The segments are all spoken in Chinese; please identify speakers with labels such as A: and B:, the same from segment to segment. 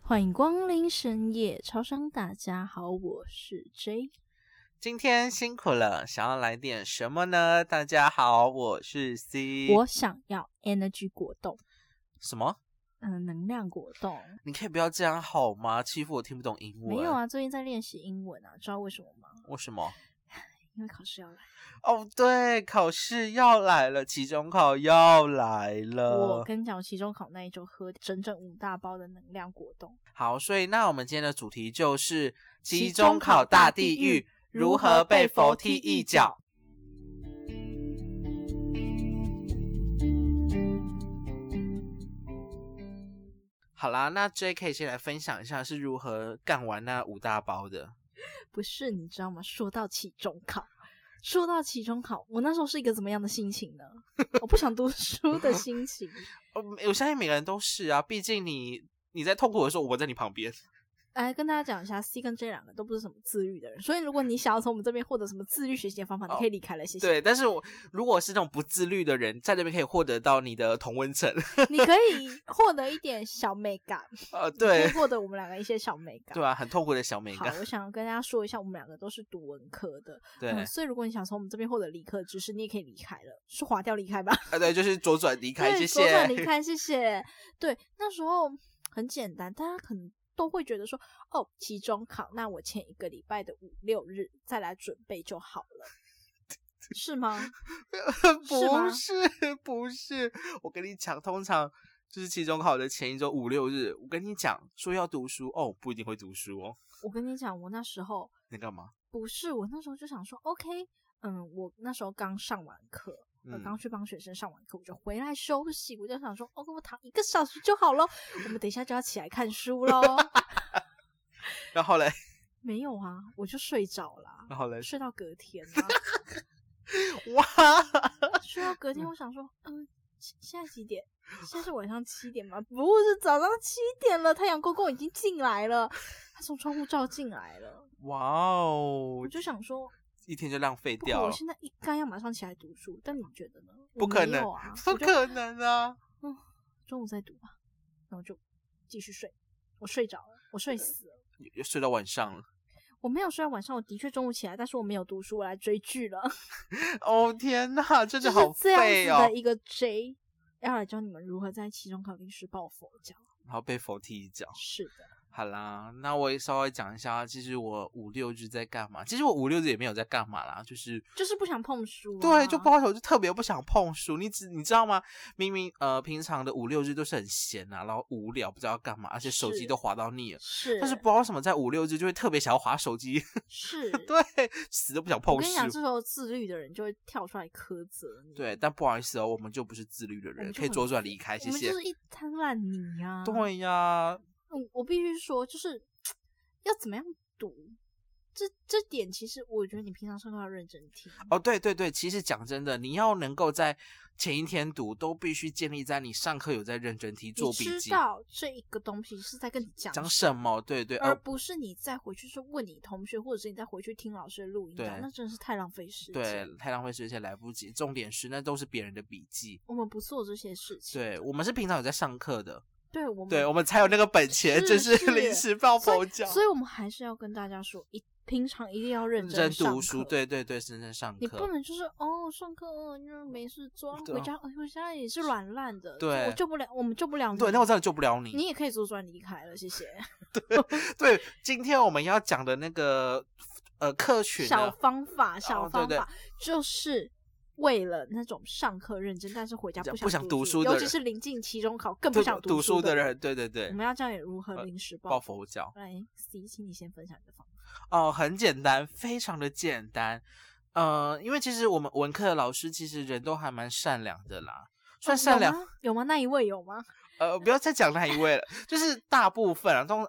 A: 欢迎光临深夜超商，大家好，我是 J。
B: 今天辛苦了，想要来点什么呢？大家好，我是 C。
A: 我想要 Energy 果冻，
B: 什么？
A: 嗯、能量果冻。
B: 你可以不要这样好吗？欺负我听不懂英文。
A: 没有，啊，最近在练习英文啊，知道为什么吗？
B: 为什么？
A: 因为考试要来，
B: 哦，对，考试要来了，期中考要来
A: 我
B: 了。
A: 跟你讲，我期中考那一周喝整整五大包的能量果冻，
B: 好，所以那我们今天的主题就是
A: 期
B: 期
A: 中
B: 中
A: 考
B: 考
A: 大
B: 大
A: 地
B: 地
A: 狱
B: 狱
A: 如
B: 如
A: 何
B: 何
A: 被
B: 被
A: 佛
B: 佛
A: 踢
B: 踢
A: 一
B: 一
A: 脚
B: 脚。好啦，那 J 可以先来分享一下是如何干完那五大包的。
A: 不是你知道吗？说到期中考，说到期中考，我那时候是一个怎么样的心情呢？我不想读书的心情。
B: 哦，我相信每个人都是啊，毕竟你你在痛苦的时候，我在你旁边。
A: 来跟大家讲一下，C 跟 J 两个都不是什么自律的人，所以如果你想要从我们这边获得什么自律学习的方法，你
B: 哦
A: 可以离开了，谢谢。
B: 对，但是我如果是那种不自律的人，在那边可以获得到你的同温层。
A: 你可以获得一点小美感，
B: 呃，
A: 可
B: 对
A: 以，获得我们两个一些小美感。
B: 对啊，很痛苦的小美
A: 好，
B: 感。
A: 我想要跟大家说一下，我们两个都是读文科的，
B: 对，
A: 嗯，所以如果你想从我们这边获得理科知识，你也可以离开了，是划掉离开吧，
B: 啊，对，就是左转离开，
A: 对，
B: 谢
A: 左转离
B: 谢。
A: 开，谢谢。对，那时候很简单，大家可能都会觉得说，哦，期中考，那我前一个礼拜的五六日再来准备就好了， 是吗？是吗
B: 不是，不是，我跟你讲，通常就是期中考的前一周五六日，我跟你讲说要读书哦，不一定会读书哦。
A: 我跟你讲，我那时候
B: 你干嘛？
A: 不是，我那时候就想说，OK，嗯，我那时候刚上完课，我
B: 嗯
A: 刚去帮学生上完课，我就回来休息，我就想说，OK，我躺一个小时就好咯，我们等一下就要起来看书喽。
B: 然后嘞，
A: 没有啊，我就睡着啦，
B: 然后嘞，
A: 睡到隔天啊，
B: 哇，
A: 睡到隔天，我想说，嗯，现现在几点？现在是晚上七点吗？不是早上七点了，太阳公公已经进来了，他从窗户照进来了，
B: 哇哦
A: 我，就想说，
B: 一天就浪费
A: 不过
B: 掉
A: 我
B: 了，
A: 现在应该要马上起来读书，但你觉得呢？我
B: 不可
A: 没
B: 能
A: 有啊，，
B: 不
A: 我就
B: 可能啊！
A: 中午再读吧，然后就继续睡，我睡着了，我
B: 呃
A: 睡死了，
B: 又睡到晚上了。
A: 我没有睡到晚上，我的确中午起来，但是我没有读书，我来追剧了，
B: 哦天呐，真
A: 就是
B: 的好
A: 这样
B: 废
A: 子
B: 哦
A: 的！一个 J。要来教你们如何在期中考临时抱佛脚。
B: 然后被佛踢一脚。
A: 是的，
B: 好啦，那我也稍微讲一下，其实我五六日在干嘛？其实我五六日也没有在干嘛啦，就是
A: 就是不想碰书、啊。
B: 对，就不知道为什么就特别不想碰书。你只你知道吗？明明呃平常的五六日都是很闲啊，然后无聊不知道要干嘛，而且手
A: 是
B: 机都滑到腻了。
A: 是，
B: 但是不知道为什么在五六日就会特别想要滑手机，
A: 是。
B: 对，死都不想
A: 我
B: 碰
A: 跟你讲，
B: 书。
A: 这时候自律的人就会跳出来苛责你。
B: 对，，但不好意思哦，我们就不是自律的
A: 我
B: 人，
A: 们就
B: 可以
A: 很
B: 左转离开，谢
A: 我们
B: 谢
A: 就。是一滩烂泥啊。
B: 对呀，
A: 嗯，我必须说，就是要怎么样读，这这点其实我觉得你平常上课要认真听。
B: 哦，对对对，其实讲真的，你要能够在前一天读，都必须建立在你上课有在认真听做
A: 你
B: 笔
A: 知
B: 记，
A: 道这一个东西是在跟你讲
B: 讲什么？对对，
A: 而
B: 而
A: 不是你再回去是问你同学，或者是你再回去听老师的录音档，
B: 对
A: 那真的是太浪费时间。
B: 对，太浪费时间，来不及。重点是那都是别人的笔记，
A: 我们不做这些事情。
B: 对我们是平常有在上课的，
A: 对，我们
B: 对我们才有那个本
A: 嗯
B: 钱，
A: 是
B: 真是
A: 是
B: 临时抱
A: 所
B: 佛
A: 以
B: 脚，
A: 所以我们还是要跟大家说，一平常一定要认
B: 认真
A: 上
B: 读书，
A: 课。
B: 对对对，认真上
A: 你不
B: 课。
A: 能就是哦，上课嗯，因为没事做，然后
B: 对
A: 回
B: 啊
A: 家，哎回家也是软烂的，
B: 对
A: 我救不了，我们救不了你。
B: 对，那我真的救不了你。
A: 你也可以左转离开了，谢 谢。
B: 对，今天我们要讲的那个呃客群
A: 小
B: 呢，
A: 方法，小方法、
B: 哦对对
A: 就是为了那种上课认真，但是回家
B: 这样
A: 不
B: 不
A: 想
B: 想读
A: 书，
B: 书的
A: 尤
B: 人
A: 其是临近期中考更不
B: 对
A: 想
B: 读
A: 书
B: 书
A: 的
B: 的人，对对呃对
A: 我，们要教你如何临时抱
B: 抱
A: 佛。
B: 佛脚。
A: 来，C，请你先分享你的方法。
B: 哦，很简单，非常的简单。呃，因为其实我们文科的老师其实人都还蛮善良的啦，算
A: 哦
B: 善良。
A: 有吗？有吗？那一位有吗？
B: 呃，不要再讲那一位了，就是大部分啊，通，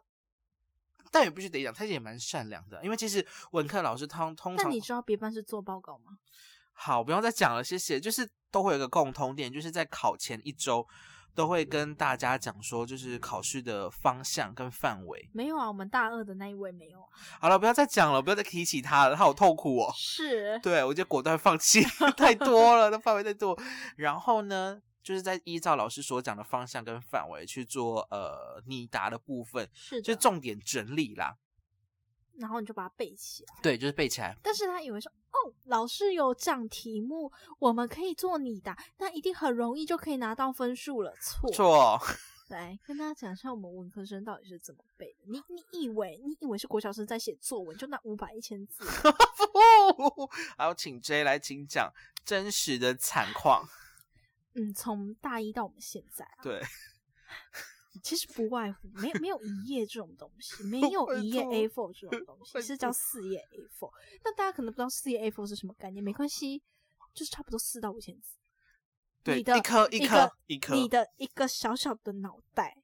B: 但也必须得讲，他也蛮善良的。因为其实文科老师通通
A: 但
B: 常
A: 你知道别班是做报告吗？
B: 好，不用再讲了，谢谢。就是都会有一个共通点，就是在考前一周都会跟大家讲说，就是考试的方向跟范围。
A: 没有啊，我们大二的那一位没有啊。
B: 好了，不要再讲了，不要再提起他了，他好痛苦哦。
A: 是，
B: 对，我就果断放弃，太多了，那范围太多。然后呢，就是在依照老师所讲的方向跟范围去做呃拟答的部分，
A: 是的，
B: 就是重点整理啦。
A: 然后你就把它背起来。
B: 对，就是背起来。
A: 但是他以为说，哦，老师有讲题目，我们可以做你答，那一定很容易就可以拿到分数了。错，
B: 错，
A: 来跟大家讲一下我们文科生到底是怎么背的。你你以为你以为是国小生在写作文，就那五百一千字，
B: 好，请 J 来请讲真实的惨况。
A: 嗯，从大一到我们现在啊，
B: 对，
A: 其实不外乎没有没有一页这种东 西，没
B: 拜
A: 有一页
B: 托
A: A4 这种东西，
B: 拜
A: 是
B: 托
A: 叫四页 A4。那大家可能不知道四页 A4 是什么概念，没关系，就是差不多四到五千字。
B: 对，
A: 你的
B: 一颗一
A: 一
B: 颗
A: 个
B: 一颗
A: 你的一个小小的脑袋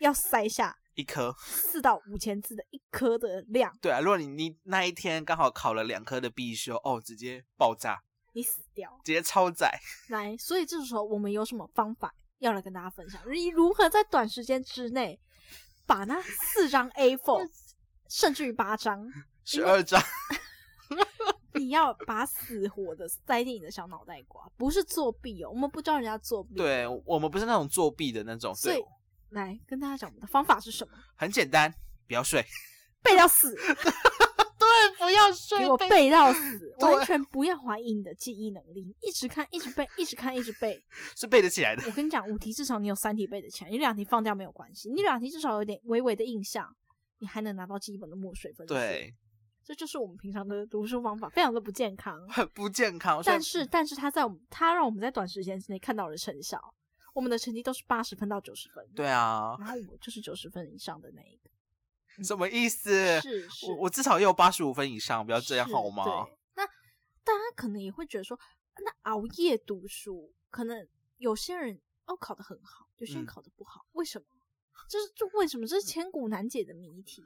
A: 要塞下
B: 一颗。
A: 四到五千字的一颗的量，
B: 对啊，如果你你那一天刚好考了两科的必修，哦，直接爆炸，
A: 你死掉。
B: 直接超载。
A: 来，所以这时候我们有什么方法要来跟大家分享？你如何在短时间之内把那四张 A4，甚至于八张，
B: 十二张，
A: 你要把死活的塞进你的小脑袋瓜，不是作弊哦，我们不教人家作弊。，
B: 对我们不是那种作弊的那种，
A: 所以
B: 对，
A: 来跟大家讲我们的方法是什么？
B: 很简单，不要睡，
A: 背到死，
B: 对，不要睡
A: 给我背到死，
B: 对
A: 完全不要怀疑你的记忆能力，一直看，一直背，一直看，一直背。
B: 是背得起 来的，
A: 我跟你讲，五题至少你有三题背得起来，你两题放掉没有关系，你两题至少有点微微的印象，你还能拿到基本的墨水分数。，
B: 对，
A: 这就是我们平常的读书方法，非常的不健康。
B: 很不健康。所以
A: 但是，但是他在我们，他让我们在短时间之内看到了成效，我们的成绩都是八十分到九十分。
B: 对啊，
A: 然后我就是九十分以上的那一个，
B: 什么意思？
A: 嗯是是，
B: 我我至少也有八十五分以上，不
A: 不
B: 要这样好吗？？
A: 那大家可能也会觉得说，那熬夜读书，可能有些人哦考得很好，有些人
B: 嗯
A: 考得不好，为什么？这是这为什么？这是千古难解的谜题。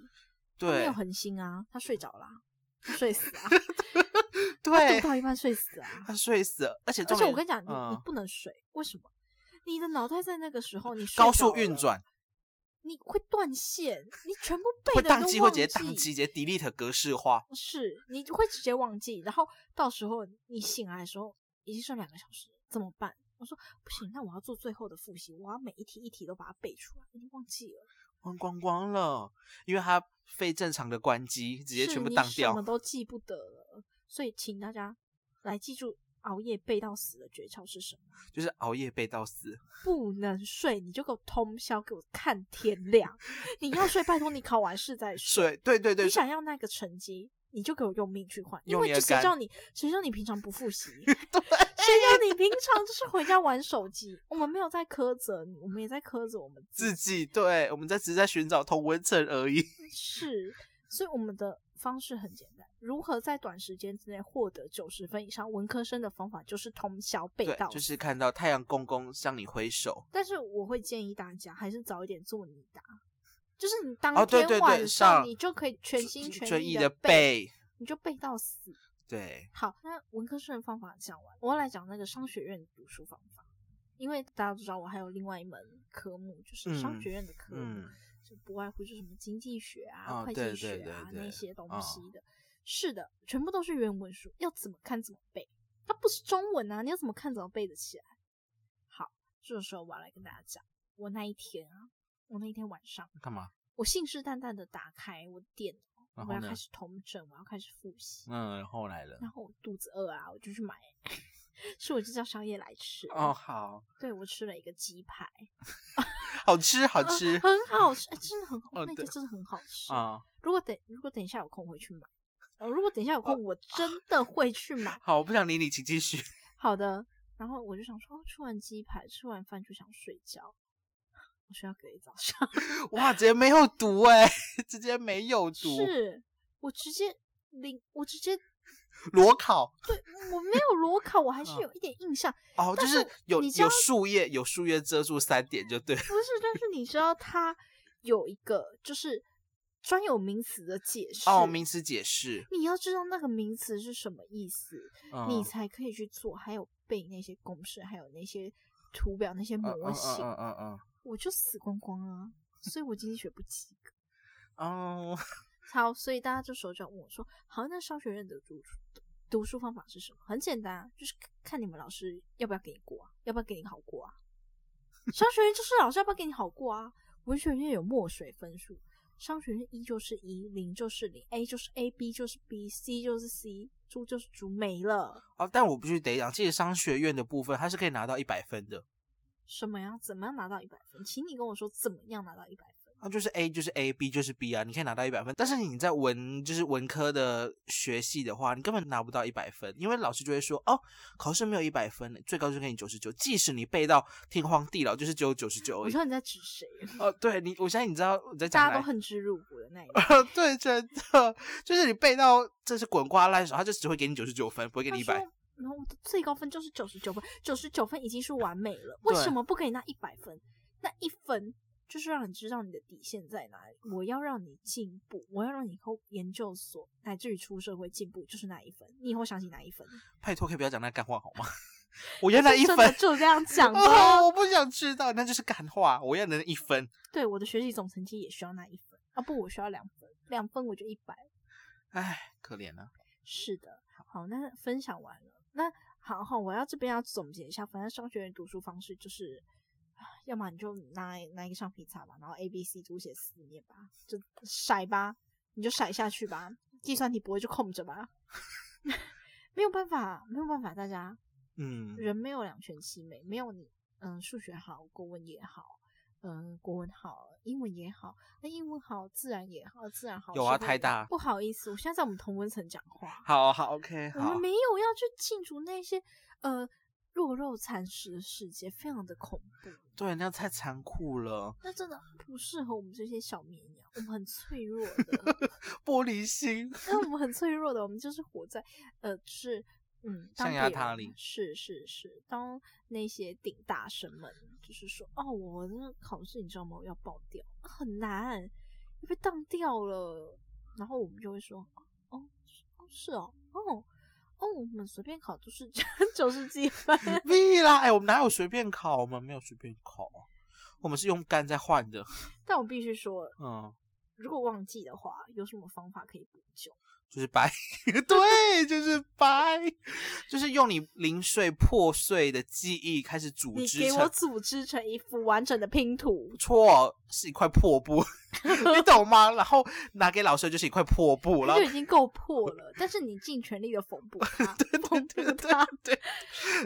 A: 他没
B: 对
A: 有恒心啊，他睡着啦、他睡死啊，他
B: 对
A: 读，到一半睡死 啊。
B: 他睡死了，而且
A: 而
B: 重
A: 且
B: 点
A: 我跟你讲，你、你
B: 嗯，
A: 不能睡，为什么？你的脑袋在那个时候，你睡
B: 高速
A: 着了
B: 运，转
A: 你会断线，你全部背
B: 会
A: 的都
B: 宕机，会直接
A: 忘
B: 宕
A: 记
B: 机，直接 delete 格式化。
A: 是，你会直接忘记，然后到时候你醒来的时候已经剩两个小时，怎么办？我说不行，那我要做最后的复习，我要每一题一题都把它背出来，已经忘记了，
B: 忘光光了，因为它非正常的关机，直接
A: 是
B: 全部
A: 你
B: 当
A: 什
B: 掉
A: 么。都记不得了。所以，请大家来记住熬夜背到死的诀窍是什么？
B: 就是熬夜背到死，
A: 不能睡，你就给我通宵，给我看天亮。你要睡，拜托你考完试再睡。
B: 睡，对对对
A: 你，想要那个成绩，你就给我用命去换，因
B: 用
A: 为
B: 你
A: 就
B: 的
A: 谁
B: 肝
A: 叫你谁叫你平常不复习， 谁叫你平常就是回家玩手机。我们没有在苛责你，我们也在苛责我们
B: 自己对，我们在只是在寻找同温层而已。
A: 己。是，所以我们的方式很简单，如何在短时间之内获得九十分以上文科生的方法就是通宵背
B: 对
A: 到，死。
B: 就是看到太阳公公向你挥手。
A: 但是我会建议大家还是早一点做你答，就是你当
B: 哦，对
A: 天
B: 对对，
A: 晚
B: 上
A: 你就可以全心
B: 全
A: 意
B: 的
A: 的，
B: 背。
A: 你就背到死。
B: 对，
A: 好，那文科生的方法讲完，我要来讲那个商学院读书方法，因为大家都知道我还有另外一门科目，就是商
B: 嗯
A: 学院的科目，
B: 嗯
A: 就不外乎就是什么经济学啊、
B: 啊
A: 会
B: 对
A: 计学
B: 对对
A: 啊
B: 对哦
A: 那些东西的。是的，全部都是原文书，要怎么看怎么背，它不是中文啊，你要怎么看怎么背得起来。好，这时候我要来跟大家讲，我那一天啊，我那一天晚上，
B: 干嘛？
A: 我信誓旦旦的打开我的电脑，
B: 然
A: 我
B: 后
A: 要
B: 呢
A: 开始同整，我要开始复习。
B: 嗯，然后来了。
A: 然后我肚子饿啊，我就去买， 是我就叫宵夜来吃。
B: 哦，，好，
A: 对我吃了一个鸡排，
B: 好 吃，好
A: 啊
B: 吃
A: 很好吃，哎真的很好，
B: 哦
A: 那家
B: 对
A: 真的很好吃。
B: 啊、
A: 如果等如果等一下有空回去买，呃如果等一
B: 哦
A: 下有空，我真的会去买。
B: 好，我不想理你，请继续。
A: 好的，然后我就想说，哦吃完鸡排，吃完饭就想睡觉，我睡到隔一早 上。
B: 哇，直接没有毒哎、 直接没有毒，
A: 是我直接零，我直接
B: 裸考
A: 对我没有裸考，我还是
B: 啊
A: 有一点印象。
B: 哦，就
A: 但是
B: 是有
A: 你知道
B: 有树叶，有树叶遮住三点就对了。
A: 不是，但是你知道它有一个就是专有名词的解释
B: 哦，名词解释，
A: 你要知道那个名词是什么意思，
B: 嗯、
A: 你才可以去做，还有背那些公式，还有那些图表、那些
B: 嗯
A: 模型，
B: 嗯嗯嗯
A: 我就死光光啊！所以我经济学不及格。
B: 嗯，哦，
A: 好，所以大家这时候就要问我说：“好，那商学院的读书读书方法是什么？很简单啊，就是看你们老师要不要给你过啊，要不要给你好过啊。商学院就是老师要不要给你好过啊。文学院有墨水分数，商学院一就是一，零就是零，A 就是 A，B 就是 B，C 就是 C，猪就是猪，没了。
B: 哦，但我必须得讲，其实商学院的部分它是可以拿到一百分的，
A: 什么呀？怎么样拿到一百分？请你跟我说怎么样拿到一百分。
B: 那就是 A 就是 A，B 就是 B 啊，你可以拿到一百分。但是你在文就是文科的学系的话，你根本拿不到一百分，因为老师就会说哦，考试没有一百分，最高就给你九十九，即使你背到天荒地老，就是只有九十九
A: 我
B: 而已
A: 知。道你在指谁，
B: 哦，对你，我相信你知道我在
A: 大
B: 讲哪
A: 家
B: 一
A: 都恨之入骨的那一种。
B: 呃，对，真的就是你背到这是滚瓜烂熟，他就只会给你九十九分，不会给你一
A: 他
B: 百
A: 说。然后我的最高分就是九十九分，九十九分已经是完美了，为
B: 对
A: 什么不给你那一百分？那一分就是让你知道你的底线在哪里。我要让你进步，我要让你以后研究所乃至于出社会进步，就是那一分。你以后想起哪一 分？
B: 拜托，可以不要讲那干话好 吗？我要那一
A: 真的
B: 分，
A: 就这样 讲的。
B: 哦，我不想知道，那就是干话。我要那一分，
A: 对，我的学习总成绩也需要那一分啊，不，我需要两分，两分我就一百。
B: 唉，可怜啊。
A: 是的，好，那分享完了，那好好，我要这边要总结一下，反正商学院读书方式就是，啊要么你就拿拿一个橡皮擦吧，然后 A B C 读写四念吧，就甩吧，你就甩下去吧，计算题不会就空着吧， 没有办法，没有办法，大家
B: 嗯，
A: 人没有两全其美，没有你，嗯，数学好，国文也好，嗯，国文好，英文也好，那英文好，自然也好，自然好。
B: 有啊
A: 社会也
B: 台大
A: 好不好意思，我现在在我们同温层讲话，
B: 好好，OK，
A: 我
B: 好
A: 们，没有要去庆祝那些呃弱肉残食的世界，非常的恐怖，
B: 对，那样太残酷了，
A: 那真的不适合我们这些小绵羊，我们很脆弱的，
B: 玻璃心。
A: 因为我们很脆弱的，我们就是活在呃，就是嗯，当
B: 象牙
A: 别
B: 塔
A: 人
B: 里
A: 是是是，当那些顶大神们就是说，哦，我那个考试你知道吗？我要爆掉，很难，要被当掉了。然后我们就会说，哦哦是哦哦哦，我们随便考都是九十几 分，
B: 屁啦！哎、我们哪有随便考？我们没有随便考，我们是用干在换的。
A: 但我必须说，
B: 嗯，
A: 如果忘记的话，有什么方法可以补救？
B: 就是 掰，对，就是掰，就是用你零碎破碎的记忆开始组
A: 你
B: 织
A: 给我
B: 成。
A: 组织成一幅完整的拼图，
B: 错是一块 破布，你懂吗？然后拿给老师的就是一块破布，然
A: 它
B: 后
A: 就已经够破了，但是你尽全力的缝 补它，缝补
B: 对
A: 它，
B: 对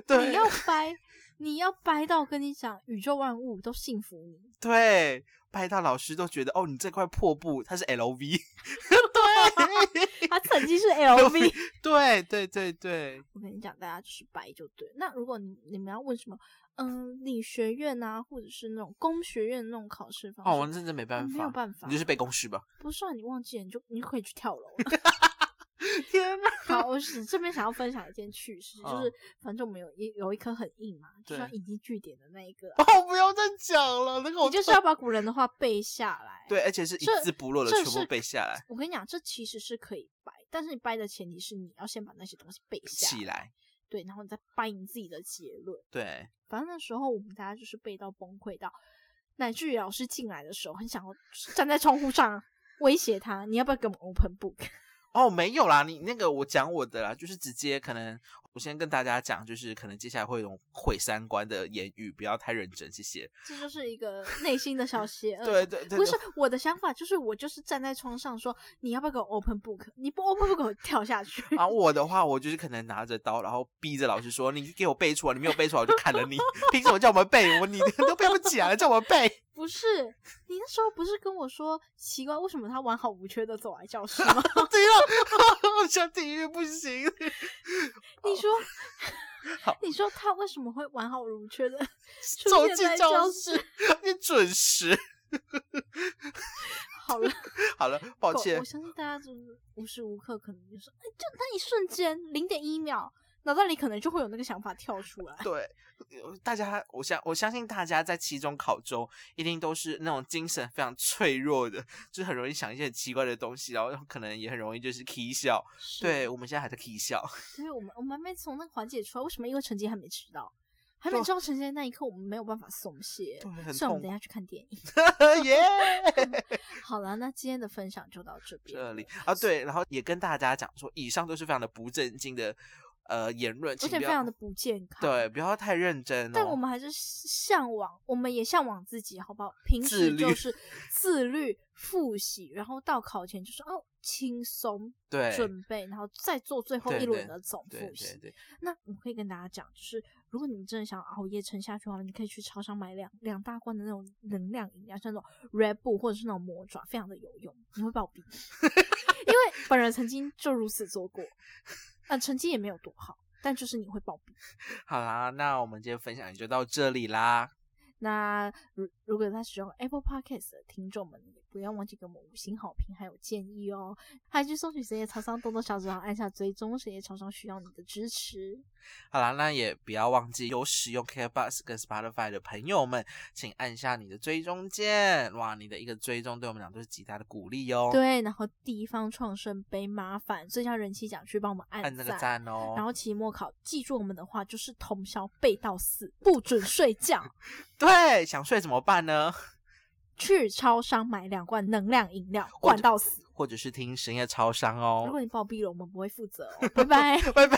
B: 对
A: 你要掰，你要掰到跟你讲，宇宙万物都幸福你，
B: 对，拍到老师都觉得哦，你这块破布它是 LV，
A: 啊它曾 经是 LV。
B: 对对对对，
A: 我跟你讲，大家就是掰就对。那如果你你们要问什么，嗯，理学院啊，或者是那种工学院那种考试方式，
B: 哦，我真的没办
A: 嗯
B: 法，
A: 没有办法
B: 你就是背公式吧。
A: 不是啊，你忘记了你就你就可以去跳楼了。
B: 天哪，
A: 好，我是这边想要分享一件趣事，就
B: 嗯
A: 是反正我们有一有一科很硬嘛，就
B: 对
A: 像引经据典的那一个啊，
B: 哦，不要再讲了，那个我
A: 你就是要把古人的话背下来。
B: 对，而且是一
A: 这
B: 字不落的
A: 这
B: 全部
A: 是
B: 背下来
A: 我跟你讲，这其实是可以掰，但是你掰的前提是你要先把那些东西背下
B: 起来，
A: 对，然后你再掰你自己的结论。
B: 对，
A: 反正那时候我们大家就是背到崩溃到，乃至于老师进来的时候，很想要站在窗户上威胁他，你要不要给我们 open book？
B: 哦，没有啦，你那个我讲我的啦，就是直接可能我先跟大家讲，就是可能接下来会有毁三观的言语，不要太认真，谢谢。
A: 这就是一个内心的小邪恶。
B: 对对对，
A: 嗯不是我的想法，就是我就是站在窗上说，你要不要给我 open book？你不 open book，我跳下去。
B: 对啊，我的话，我就是可能拿着刀，然后逼着老师说：“你给我背出来，你没有背出来，我就砍了你！凭什么叫我们背？我你都背不起来了，叫我们背
A: 不是，你那时候不是跟我说，奇怪，为什么他完好无缺的走来教室吗？？”
B: 对了， 我想体育不行。
A: 你说
B: 好，
A: 你说他为什么会完好如缺 的
B: 走
A: 出现
B: 进
A: 在
B: 教
A: 室？
B: 你准时。
A: 好了，
B: 好了，抱
A: 狗
B: 歉
A: 我，相信大家就是无时无刻可能就说，哎，就那一瞬间，零点一秒，脑袋里可能就会有那个想法跳出来。
B: 对，呃大家，我相我相信大家在期中考中一定都是那种精神非常脆弱的，就是很容易想一些很奇怪的东西，然后可能也很容易就是 k 笑。
A: 是
B: 对，我们现在还在 k 笑，
A: 所以我们我们还没从那个环节出来，为什么？因为成绩还没吃到，还没装成绩的那一刻，我们没有办法松懈
B: 对，很
A: 所以我们
B: 痛
A: 等一下去看电影。
B: 耶、
A: 好了，那今天的分享就到这边了。
B: 这里啊，对，然后也跟大家讲说，以上都是非常的不正经的呃言论，
A: 而
B: 请
A: 且非
B: 不要
A: 常的不健康。
B: 对，，不要太认真哦。
A: 但我们还是向往，我们也向往自己，好不好？平
B: 自
A: 时
B: 律
A: 就是自律复习，然后到考前就是哦轻松
B: 对
A: 准备，然后再做最后
B: 对
A: 一轮
B: 对
A: 的总
B: 对
A: 复
B: 对
A: 习。
B: 对，
A: 那我可以跟大家讲，就是如果你真的想熬夜撑下去的话，你可以去超商买两两大罐的那种能量饮料，像那种 Red Bull 或者是那种魔爪，非常的有用，你会 暴毙。因为本人曾经就如此做过，呃，成绩也没有多好，但就是你会暴毙。
B: 好啦，那我们今天分享就到这里啦。
A: 那如如果在使用 Apple Podcast 的听众们，也不要忘记给我们五星好评还有建议哦。还去搜取谁也超商，动动小指头按下追踪，谁也超商需要你的支持。
B: 好啦，那也不要忘记有使用 KBox 跟 Spotify 的朋友们，请按下你的追踪键。哇，你的一个追踪对我们俩都是极大的鼓励哦。，
A: 对，然后地方创生杯麻烦最佳人气奖去帮我们按
B: 按那个赞哦。
A: 然后期末考记住我们的话就是通宵背到死，不准睡觉，
B: 对，想睡怎么办呢？
A: 去超商买两罐能量饮料
B: 或
A: 灌
B: 者
A: 到死。
B: 或者是听深夜超商
A: 如
B: 哦。
A: 果你暴毙了，我们不会负责哦。拜拜。
B: 拜拜。